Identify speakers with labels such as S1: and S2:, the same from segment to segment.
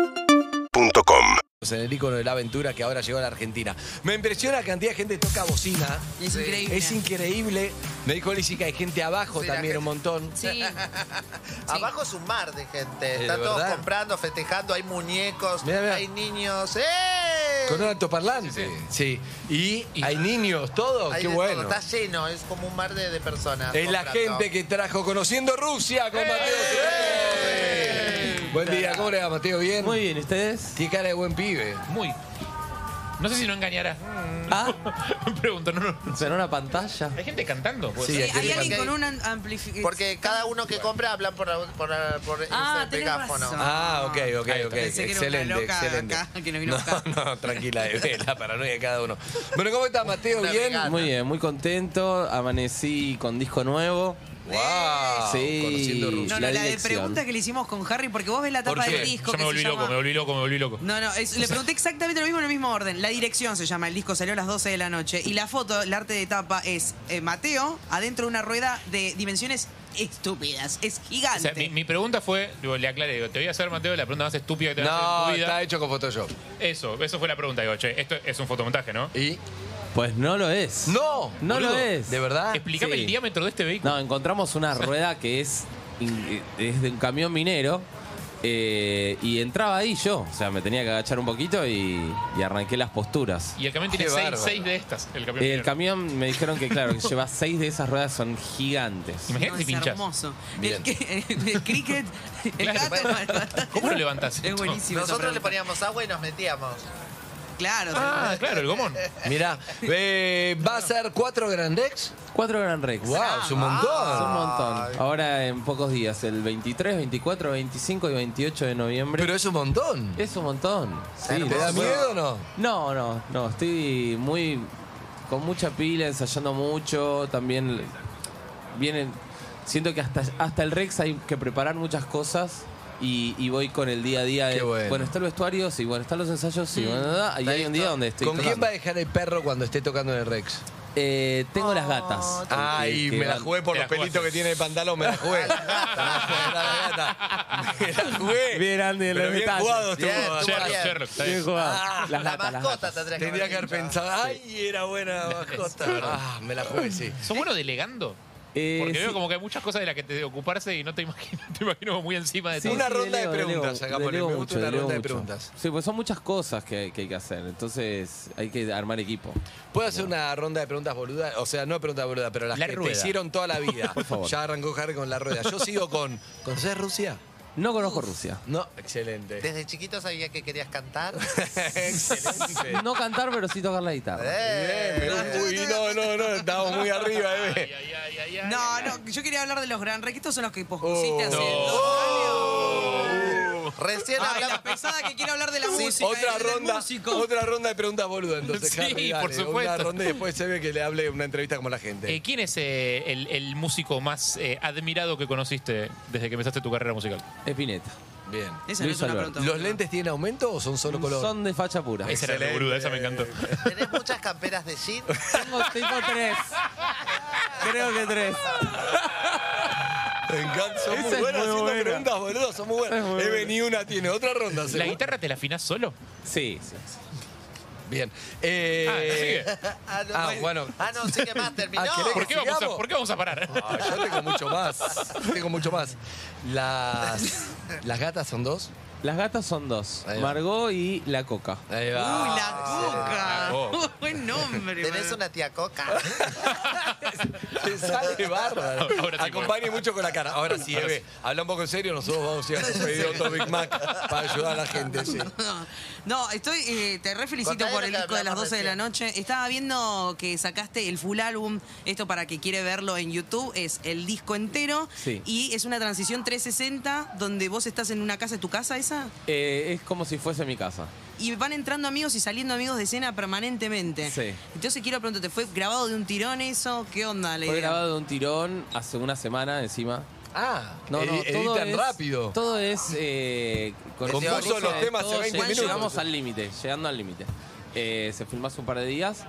S1: UrbanaPlayFM.com
S2: en el icono de la aventura que ahora llegó a la Argentina. Me impresiona la cantidad de gente que toca bocina.
S3: Es increíble.
S2: Es increíble. Me dijo Lizzy que hay gente abajo
S3: Sí, la
S2: también un montón.
S3: Sí,
S4: Abajo es un mar de gente.
S2: Eh,
S4: Están
S2: de
S4: todos
S2: verdad.
S4: comprando, festejando, hay muñecos,
S2: Mirá, mirá.
S4: hay niños. ¡Eh!
S2: Con un altoparlante. Sí. Y, hay niños, todo.
S4: Hay
S2: Qué
S4: de
S2: bueno.
S4: todo, Está lleno, es como un mar de, de personas.
S2: Es la
S4: comprando.
S2: gente que trajo Conociendo Rusia con Mateo Zurel. Buen día, ¿cómo le va Mateo? ¿Bien?
S5: ¡Eh! Muy bien, ¿ustedes?
S2: Qué cara de buen pibe.
S6: Muy. No sé si no engañará.
S5: Ah,
S6: Pregunto, no, no.
S5: ¿será una pantalla?
S6: ¿Hay gente cantando? pues. Puede
S2: Sí, hay
S6: ser.
S3: hay
S2: gente
S3: alguien
S4: que-
S3: con un amplificador.
S4: Porque cada uno que compra hablan por, la- por, la- por
S3: Ah,
S4: ese
S3: tenés
S4: megáfono.
S3: razón.
S2: Ah, ok, ok,
S6: Ahí
S2: ok.
S6: está.
S3: Pensé que era una
S2: excelente,
S3: loca
S2: excelente.
S3: acá, que nos vino a buscar.
S2: no, no, tranquila, de vela, paranoia de cada uno. Bueno, ¿cómo está Mateo?
S4: Una
S2: ¿Bien?
S4: vegana.
S5: Muy bien, muy contento. Amanecí con disco nuevo.
S2: Wow,
S5: Sí.
S2: conociendo Rusia.
S3: No, no,
S5: La
S3: la, de
S5: dirección.
S3: pregunta que le hicimos con Harry, porque vos ves la
S2: ¿Por
S3: tapa
S2: qué?
S3: del disco.
S6: Yo
S3: que
S6: me volví
S3: se
S6: loco,
S3: llama-
S6: me volví loco, me volví loco.
S3: No, no, es- le pregunté exactamente lo mismo en el mismo orden. La dirección se llama, el disco salió a las 12 de la noche. Y la foto, el arte de tapa, es eh, Mateo adentro de una rueda de dimensiones estúpidas. Es
S6: O
S3: gigante.
S6: sea, mi, mi pregunta fue, digo, le aclaré, digo, te voy a hacer, Mateo, la pregunta más estúpida que te voy a
S2: No,
S6: hacer en tu vida.
S2: está hecho con Photoshop.
S6: Eso, eso fue la pregunta. Digo, che, esto es un fotomontaje, ¿no?
S2: ¿Y?
S5: Pues no lo es.
S2: ¡No!
S5: No
S2: boludo.
S5: lo es.
S2: ¿De verdad?
S6: Explícame
S5: sí.
S6: el diámetro de este vehículo.
S5: No, encontramos una rueda que es, in- es de un camión minero. eh, y entraba ahí yo. O sea, me tenía que agachar un poquito y, y arranqué las posturas.
S6: Y el camión
S2: Qué
S6: tiene seis,
S2: bárbaro.
S6: seis de estas. El camión.
S5: El
S6: primero.
S5: camión me dijeron que, claro, que lleva seis de esas ruedas, son gigantes.
S3: No,
S6: Imagínate si
S3: es
S6: pinchás.
S3: hermoso.
S2: Bien.
S3: El, que- el cricket, el
S6: Claro,
S3: gato,
S6: ¿Cómo lo levantás?
S3: Es buenísimo. esa
S4: Nosotros le
S3: pregunta.
S4: poníamos agua y nos metíamos.
S3: Claro,
S6: Ah, claro, el gomón.
S2: Mirá, eh, ¿va a ser cuatro Grandex?
S5: Cuatro Gran Rex.
S2: ¡Wow! ¡Es un montón!
S5: Es un
S4: Ay.
S5: montón. Ahora en pocos días, el 23, 24, 25 y 28 de noviembre.
S2: Pero es un montón.
S5: Es un montón. Sí,
S2: ¿Te
S5: por
S2: da miedo
S5: supuesto.
S2: o no?
S5: No, no, no. Estoy muy. con mucha pila, ensayando mucho. También vienen. Siento que hasta, hasta el Rex hay que preparar muchas cosas. Y, y voy con el día a día de.
S2: Qué bueno.
S5: está el vestuario, sí, bueno, están los ensayos,
S6: Mm.
S5: sí, bueno, y hay un día donde estoy.
S2: ¿Con quién
S5: tocando.
S2: va a dejar el perro cuando esté tocando en el Rex?
S5: Eh, tengo las gatas. Eh,
S2: Ay,
S6: Ah,
S5: Que- que
S2: me la
S5: van-
S2: jugué por
S6: Te
S2: los
S6: la jugaste.
S2: pelitos que tiene el pantalón, me la jugué. Me la jugué, Me la jugué.
S5: Bien, Andy, en
S2: Pero
S5: los
S2: bien
S5: detalles.
S2: jugado estuvo.
S4: Bien, estuvo
S2: Ayer.
S6: Sherlock,
S4: bien.
S6: Sherlock. está bien.
S5: Bien jugado.
S2: Ah,
S5: las
S4: la
S5: gatas, las
S4: mascota
S5: gatas.
S4: tendría que
S2: Tendría que haber
S4: dicho.
S2: pensado, ay, era buena mascota. Ah, me la jugué, sí.
S6: ¿Son buenos delegando?
S5: Eh,
S6: Porque veo
S5: sí.
S6: como que hay muchas cosas de las que te de ocuparse y no te imagino, te imagino muy encima de
S2: Sí,
S6: todo.
S2: una ronda de preguntas, hagámosle.
S5: delego
S2: Me gusta una
S5: delego
S2: ronda de preguntas.
S5: Sí, pues son muchas cosas que, que hay que hacer. Entonces hay que armar equipo.
S2: ¿Puedo hacer una ronda de preguntas boludas? O sea, no preguntas boludas, pero las
S6: La
S2: que
S6: rueda.
S2: te hicieron toda la vida.
S5: Por favor.
S2: Ya arrancó Harry con la rueda. Yo sigo con. ¿Conoces Rusia?
S5: No conozco Rusia.
S2: No, excelente.
S4: Desde chiquito sabía que querías cantar.
S2: excelente.
S5: No cantar, pero sí tocar la guitarra.
S2: Bien,
S4: Eh,
S2: pero- uy, no, no, no, estamos muy arriba, eh.
S6: Ay,
S2: bebé.
S6: ay, ay, ay, ay,
S3: No,
S6: ay.
S3: no, yo quería hablar de los Gran Rex. Estos son los que pusiste hace
S2: Oh. no.
S3: dos años.
S4: Recién
S3: Ay, la
S4: hablaba.
S3: pesada que quiere hablar de la música.
S2: Otra
S3: del- del
S2: ronda,
S3: músico.
S2: otra ronda de preguntas boludas, entonces
S6: Sí,
S2: Harry, dale,
S6: por supuesto.
S2: Una ronda y después se ve que le hable una entrevista como la gente.
S6: Eh, ¿Quién es eh, el, el músico más eh, admirado que conociste desde que empezaste tu carrera musical?
S5: Espineta.
S2: Bien.
S3: Esa no es
S5: Luis
S3: una
S5: Alberto.
S3: pregunta.
S2: ¿Los lentes tienen aumento o son solo color?
S5: Mm, Son de facha pura.
S6: Esa era la
S2: Excelente.
S6: boluda, esa me encantó.
S4: Tenés muchas camperas de jean.
S5: Tengo tipo tres. Creo que tres.
S2: Me encanta, son muy
S5: Esa
S2: buenos
S5: es muy
S2: haciendo
S5: buena.
S2: preguntas, boludo, son muy buenas.
S5: Es muy
S2: He
S5: buena.
S2: venido una, tiene otra ronda.
S6: ¿La
S2: seguro.
S6: guitarra te la afinás solo?
S5: Sí, sí, sí.
S2: Bien. Eh,
S6: Ah, sigue.
S4: Ah, no,
S2: Ah,
S4: pues-
S2: bueno.
S4: Ah, no, sí que más terminó.
S2: Ah, ¿querés
S6: ¿Por qué, vamos a,
S2: sigamos?
S6: por qué vamos a parar?
S2: ah, yo tengo mucho más. Tengo mucho más. Las, las gatas son dos.
S5: Las gatas son dos.
S2: Ahí va.
S5: Margot y la coca.
S2: Ahí
S3: Uy,
S2: va.
S3: la
S6: Oh.
S3: coca. Buen nombre.
S4: ¿Tenés
S3: mano.
S4: una tía coca?
S2: Te sale bárbaro.
S6: Ahora sí,
S2: Acompañe mucho con la cara. Ahora sí, Eve. Habla un poco en serio, nosotros vamos a ir a pedir otro Big Mac para ayudar a la gente. sí.
S3: No, estoy, eh, te re felicito
S4: Contale
S3: por
S4: lo
S3: el
S4: que
S3: disco de las
S4: hablamos
S3: 12 de la noche. Estaba viendo que sacaste el full álbum, esto para que quiere verlo en YouTube, es el disco entero
S5: Sí.
S3: y es una transición 360 donde vos estás en una casa, ¿es tu casa esa?
S5: Eh, es como si fuese mi casa.
S3: Y van entrando amigos y saliendo amigos de escena permanentemente.
S5: Sí.
S3: Entonces quiero preguntarte, ¿fue grabado de un tirón eso? ¿Qué onda la
S5: Fue
S3: idea?
S5: grabado de un tirón hace una semana encima.
S2: Ah,
S5: No, no,
S2: edi-
S5: todo
S2: editan
S5: es,
S2: rápido.
S5: Todo es. Eh, con-
S2: Compuso
S5: teoría,
S2: los temas
S5: todo
S2: hace 20
S5: llegando-
S2: minutos.
S5: Llegamos al límite, llegando al límite. Eh, se filmó hace un par de días.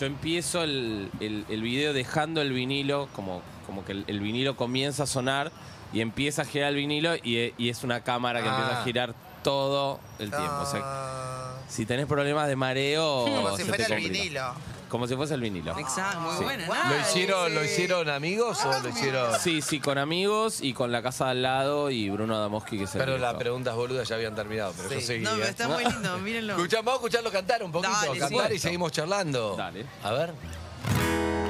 S5: Yo empiezo el, el- el video dejando el vinilo, como, como que el, el vinilo comienza a sonar. y empieza a girar el vinilo y, e- y es una cámara que
S4: Ah.
S5: empieza a girar todo el tiempo. O sea,
S4: Ah,
S5: si tenés problemas de mareo,
S4: como si
S5: se te
S4: fuera el
S5: complica.
S4: vinilo.
S5: Como si fuese el vinilo.
S3: Exacto, muy
S5: Sí.
S3: buena.
S4: Guau.
S3: ¿no?
S2: ¿Lo hicieron, ¿Lo
S4: sí.
S2: hicieron amigos o lo hicieron...?
S5: Sí, sí, con amigos y con la casa de al lado y Bruno Adamoski que se
S2: Pero las preguntas boludas ya habían terminado, pero
S4: Sí.
S2: yo seguí.
S3: No, pero
S2: ¿eh?
S3: está muy lindo, mírenlo.
S2: Escuchá, vamos a escucharlo cantar un poquito,
S3: Dale,
S2: cantar
S5: sí.
S2: y seguimos charlando.
S5: Dale.
S2: A ver.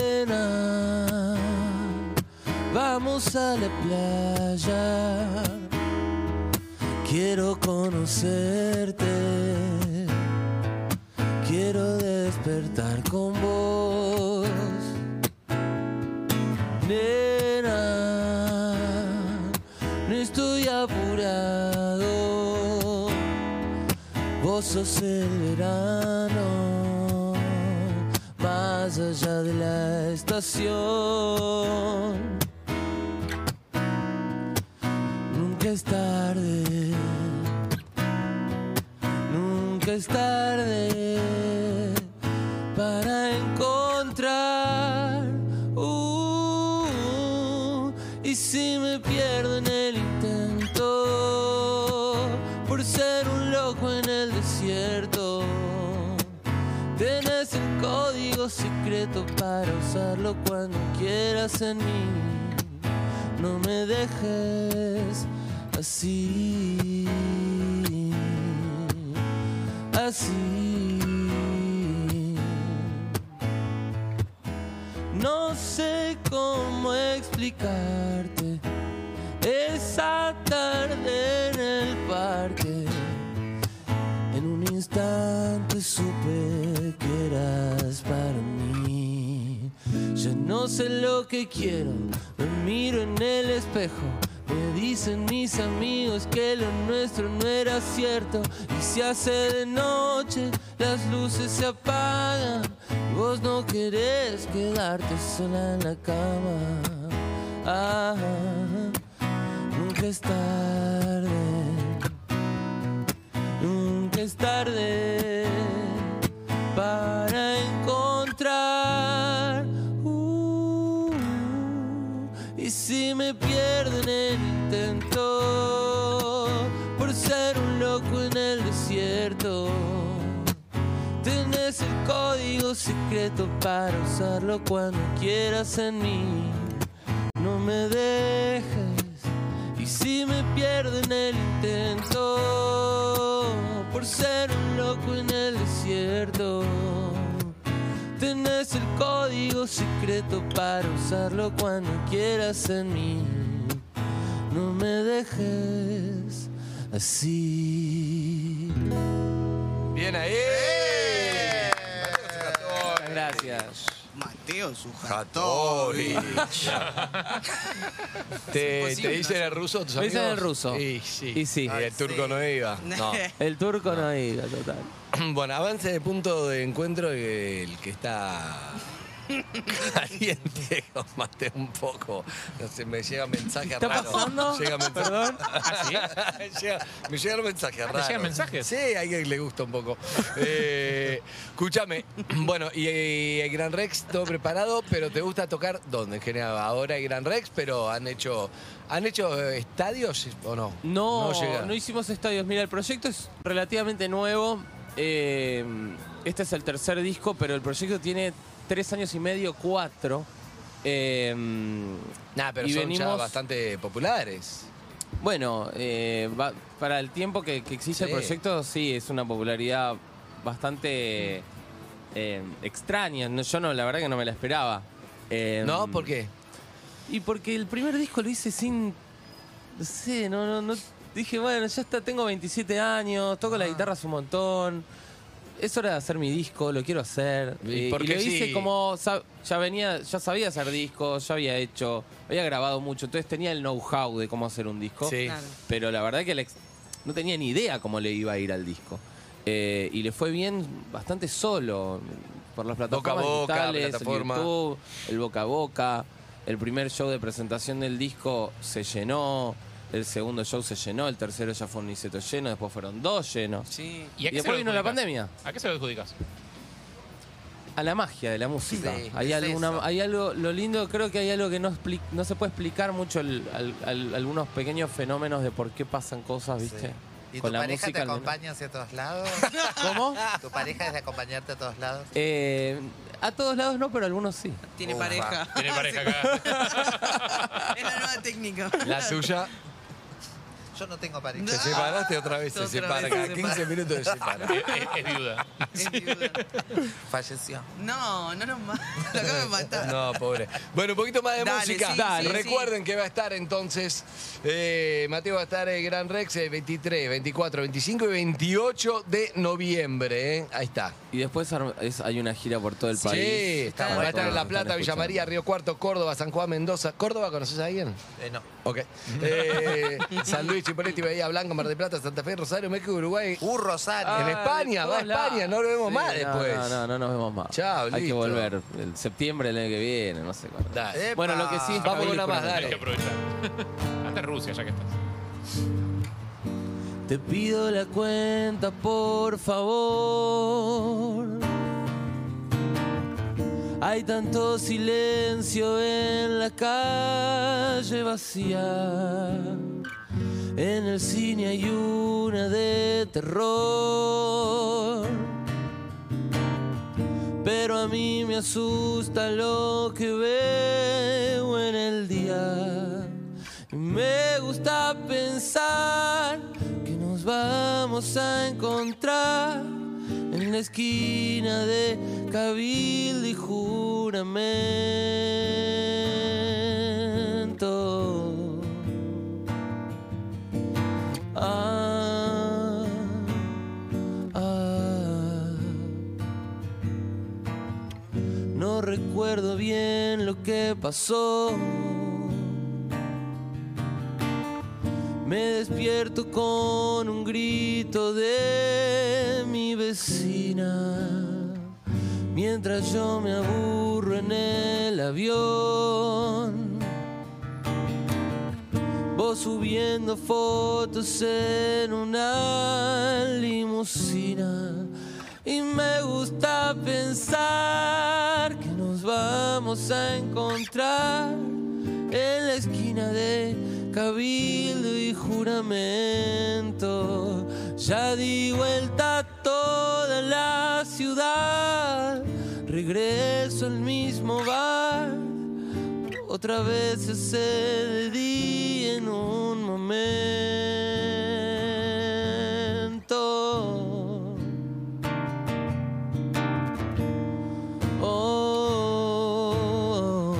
S5: Nena, vamos a la playa. Quiero conocerte. Quiero despertar con vos. Nena, no estoy apurado. Vos sos el verano, más allá de la estación. Nunca es tarde, nunca es tarde para encontrar. un y si me pierdo en el intento, por ser un loco en el desierto, tenés el código secreto para usarlo cuando quieras en mí. No me dejes así, así. No sé cómo explicarte esa tarde en el parque. En un instante supe que eras para mí. Ya no sé lo que quiero, me miro en el espejo. Me dicen mis amigos que lo nuestro no era cierto. Y se hace de noche, las luces se apagan. Vos no querés quedarte sola en la cama. Ah, nunca es tarde. Nunca es tarde para encontrar. Uh, y si me pierdo en el intento por ser un loco en el desierto, tenés el código secreto para usarlo cuando quieras en mí no me dejes. Y si me pierdo en el intento, por ser un loco en el desierto, tenés el código secreto para usarlo cuando quieras en mí. No me dejes así.
S2: Bien ahí.
S5: Gracias.
S1: Mateo
S2: Jatori.
S1: Sujatori.
S2: ¿Te, ¿Te dicen el ruso tus
S5: Me dicen
S2: amigos?
S5: el ruso.
S2: Y sí.
S5: Y sí.
S2: Y el turco no iba. No.
S5: El turco no iba, total.
S2: Bueno, avance de punto de encuentro el que está caliente, mate un poco. No sé, me llega mensaje
S5: ¿Está
S2: raro.
S5: pasando?
S2: Llega mensaje.
S5: Perdón.
S2: Ah, Llega- me llegaron mensajes raros.
S6: llegan mensajes?
S2: Sí, a alguien le gusta un poco. Eh, escúchame. Bueno, y, eh, el Gran Rex, todo preparado, pero ¿te gusta tocar dónde en general? Ahora el Gran Rex, pero han hecho. ¿Han hecho eh, estadios o no?
S5: No,
S2: llega.
S5: no, hicimos estadios. Mira, el proyecto es relativamente nuevo. Eh, este es el tercer disco, pero el proyecto tiene tres años y medio, cuatro. Eh,
S2: Nah, pero
S5: y
S2: son ya
S5: venimos-
S2: bastante populares.
S5: Bueno, eh, va- para el tiempo que, que existe
S2: Sí.
S5: el proyecto, sí, es una popularidad bastante eh, extraña. No, yo no, la verdad que no me la esperaba. Eh,
S2: ¿No? ¿Por qué?
S5: Y porque el primer disco lo hice sin. No sé, no, no, no. Dije, bueno, ya está, tengo 27 años, toco
S2: Ah.
S5: la guitarra hace un montón. Es hora de hacer mi disco, lo quiero hacer.
S2: ¿Y
S5: Eh, Y,
S2: por
S5: lo
S2: qué
S5: hice
S2: sí?
S5: como. sa- Ya venía, ya sabía hacer discos, ya había hecho, había grabado mucho, entonces tenía el know-how de cómo hacer un disco.
S2: Sí.
S3: Claro.
S5: Pero la verdad que la ex- no tenía ni idea cómo le iba a ir al disco. Eh, y le fue bien bastante solo por las plataformas
S2: boca,
S5: digitales, el
S2: plataforma.
S5: YouTube, el boca a boca. El primer show de presentación del disco se llenó. El segundo show se llenó, el tercero ya fue un niceto lleno, después fueron dos llenos.
S2: Sí.
S5: Y
S6: a qué se
S5: después
S6: lo
S5: vino la
S6: adjudicás?
S5: pandemia.
S6: ¿A qué se lo adjudicas?
S5: A la magia de la música.
S2: Sí,
S5: hay,
S4: es
S5: alguna,
S4: eso.
S5: hay algo, lo lindo, creo que hay algo que no, expli- no se puede explicar mucho, el- al- al- algunos pequeños fenómenos de por qué pasan cosas, ¿viste?
S4: ¿Y tu pareja te
S5: al menos.
S4: acompaña hacia todos lados?
S5: ¿Cómo?
S4: ¿Tu pareja es de acompañarte a todos lados?
S5: Eh, a todos lados no, pero algunos sí.
S3: Tiene
S4: Ufa.
S3: pareja.
S2: Ah,
S6: Tiene pareja acá.
S3: es la nueva técnica.
S2: La suya,
S4: Yo no tengo pareja.
S2: te separaste otra vez, se
S3: Otra
S2: separa.
S3: vez
S2: Cada
S3: se
S2: 15
S3: separa.
S2: minutos se separa.
S6: Es, eh, es- es viuda.
S3: Es viuda.
S4: Falleció.
S3: No, no nos mata. Lo acabo de matar.
S2: No, pobre. Bueno, un poquito más de
S3: Dale,
S2: música.
S3: sí, Dale. sí,
S2: Recuerden que va a estar entonces, eh, Mateo va a estar en Gran Rex el 23, 24, 25 y 28 de noviembre. ¿eh? Ahí está.
S5: Y después ar- es- hay una gira por todo el país.
S2: sí,
S5: Está
S2: va a estar en La
S5: están
S2: Plata, Villa
S5: escuchando.
S2: María, Río Cuarto, Córdoba, San Juan, Mendoza. ¿Córdoba conoces a alguien?
S4: Eh, no.
S2: Ok. Eh, San Luis, Chipoletti, Bahía Blanca, Mar del Plata, Santa Fe, Rosario, México, Uruguay.
S4: Uh, Rosario.
S2: en
S5: Ah,
S2: España,
S5: de
S2: va a
S5: todos lados.
S2: España, no lo vemos
S5: Sí,
S2: más
S5: no,
S2: después.
S5: No, no, no nos vemos más.
S2: Chao,
S5: Hay que
S2: listo.
S5: volver. El septiembre del año que viene, no sé cuándo.
S2: Dale.
S4: Epa.
S5: Bueno, lo que sí es que
S2: Vamos con
S5: Billy
S2: una más,
S5: Curamente-
S2: dale.
S6: Hay que aprovechar. Hasta Rusia, ya que estás.
S5: Te pido la cuenta, por favor. Hay tanto silencio en la calle vacía. En el cine hay una de terror. Pero a mí me asusta lo que veo en el día. Y Me gusta pensar que nos vamos a encontrar en la esquina de Cabildo y Juramento. Ah, ah. No recuerdo bien lo que pasó. Me despierto con un grito de mi vecina. Mientras yo me aburro en el avión. Vos subiendo fotos en una limusina. Y me gusta pensar que nos vamos a encontrar en la esquina de Cabildo y Juramento. Ya di vuelta a toda la ciudad. Regreso al mismo bar. Otra vez es el día en un momento. Oh, oh, oh.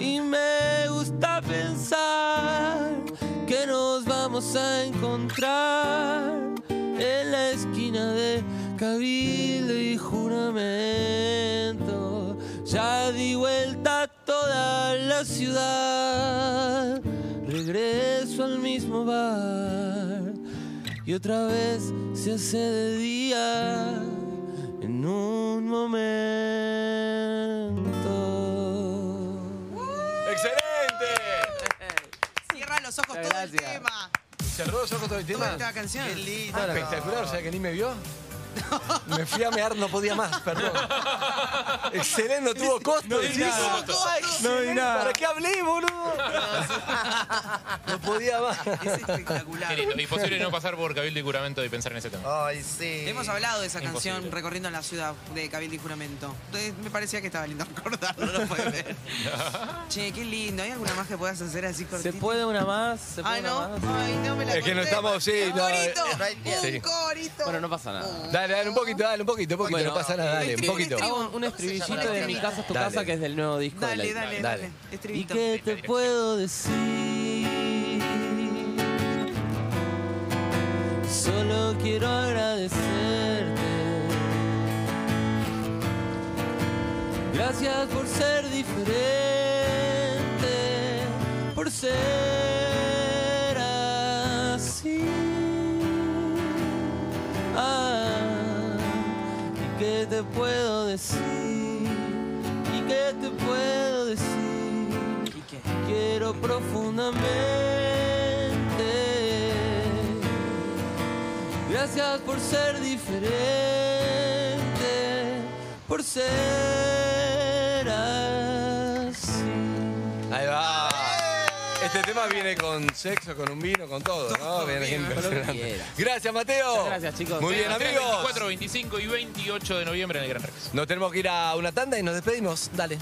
S5: Y me gusta pensar que nos vamos a encontrar en la esquina de Cabildo y Juramento. Ya di vuelta a toda la ciudad, regreso al mismo bar y otra vez se hace de día en un momento.
S2: ¡Excelente!
S3: Cierra los ojos todo
S5: Muchas
S3: el
S5: gracias.
S3: tema.
S2: ¿Cerró los ojos todo el tema?
S3: Toda esta canción.
S4: Qué lindo.
S2: Ah, espectacular, o sea que ni me vio. Me fui a mear, no podía más, perdón. Excelente, no tuvo costo. decís.
S3: nada. Tuvo costo.
S2: No vi nada. ¿Para qué hablé, boludo? No podía más.
S3: Es espectacular.
S6: Qué lindo. Imposible no pasar por Cabildo y Juramento y pensar en ese tema.
S5: Ah.
S4: Ay, sí.
S3: Hemos hablado de esa
S6: Imposible.
S3: canción recorriendo la ciudad de Cabildo y Juramento. Entonces, me parecía que estaba lindo recordarlo, lo pueden ver. che, qué lindo. ¿Hay alguna más que puedas hacer así cortita?
S5: ¿Se puede una más? ¿Se puede
S3: Ay,
S5: una
S3: no.
S5: más?
S3: Ay, no me la
S2: Es que no
S3: conté.
S2: estamos, sí,
S3: Un
S2: no,
S3: corito,
S2: eh,
S4: no hay tiempo.
S3: un
S2: Sí.
S3: corito.
S5: Bueno, no pasa nada.
S2: Dale, dale, un poquito, dale, un poquito, un poquito.
S5: Bueno, este
S2: no pasa nada, dale, un
S3: estribo,
S2: poquito.
S3: estribo.
S5: Hago un estribillito
S4: Dale,
S5: de
S4: dale.
S5: Mi casa es tu
S2: Dale.
S5: casa, que es del nuevo disco. de
S3: Dale,
S5: la-
S3: dale,
S2: dale.
S3: dale.
S5: ¿Y
S3: Estribito.
S5: qué te puedo decir? Solo quiero agradecerte. Gracias por ser diferente, por ser así. Ah, ¿y qué te puedo decir? ¿Y qué te puedo decir?
S3: ¿Y qué?
S5: Que quiero profundamente. Gracias por ser diferente, por ser así.
S2: Ahí va. Este tema viene con sexo, con un vino, con todo, ¿no? Viene
S3: bien,
S5: con lo que
S2: impresionante.
S5: quieras.
S2: Gracias, Mateo.
S5: Muchas gracias, chicos.
S2: Muy bien,
S6: 23,
S2: amigos.
S6: 24, 25 y 28 de noviembre en el Gran Rex.
S2: Nos tenemos que ir a una tanda y nos despedimos. Dale.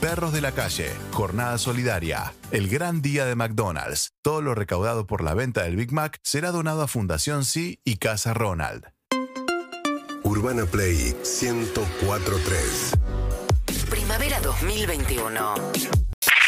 S1: Perros de la calle, jornada solidaria, el gran día de McDonald's. Todo lo recaudado por la venta del Big Mac será donado a Fundación Sí y Casa Ronald.
S7: Urbana Play 1043.
S8: Primavera 2021.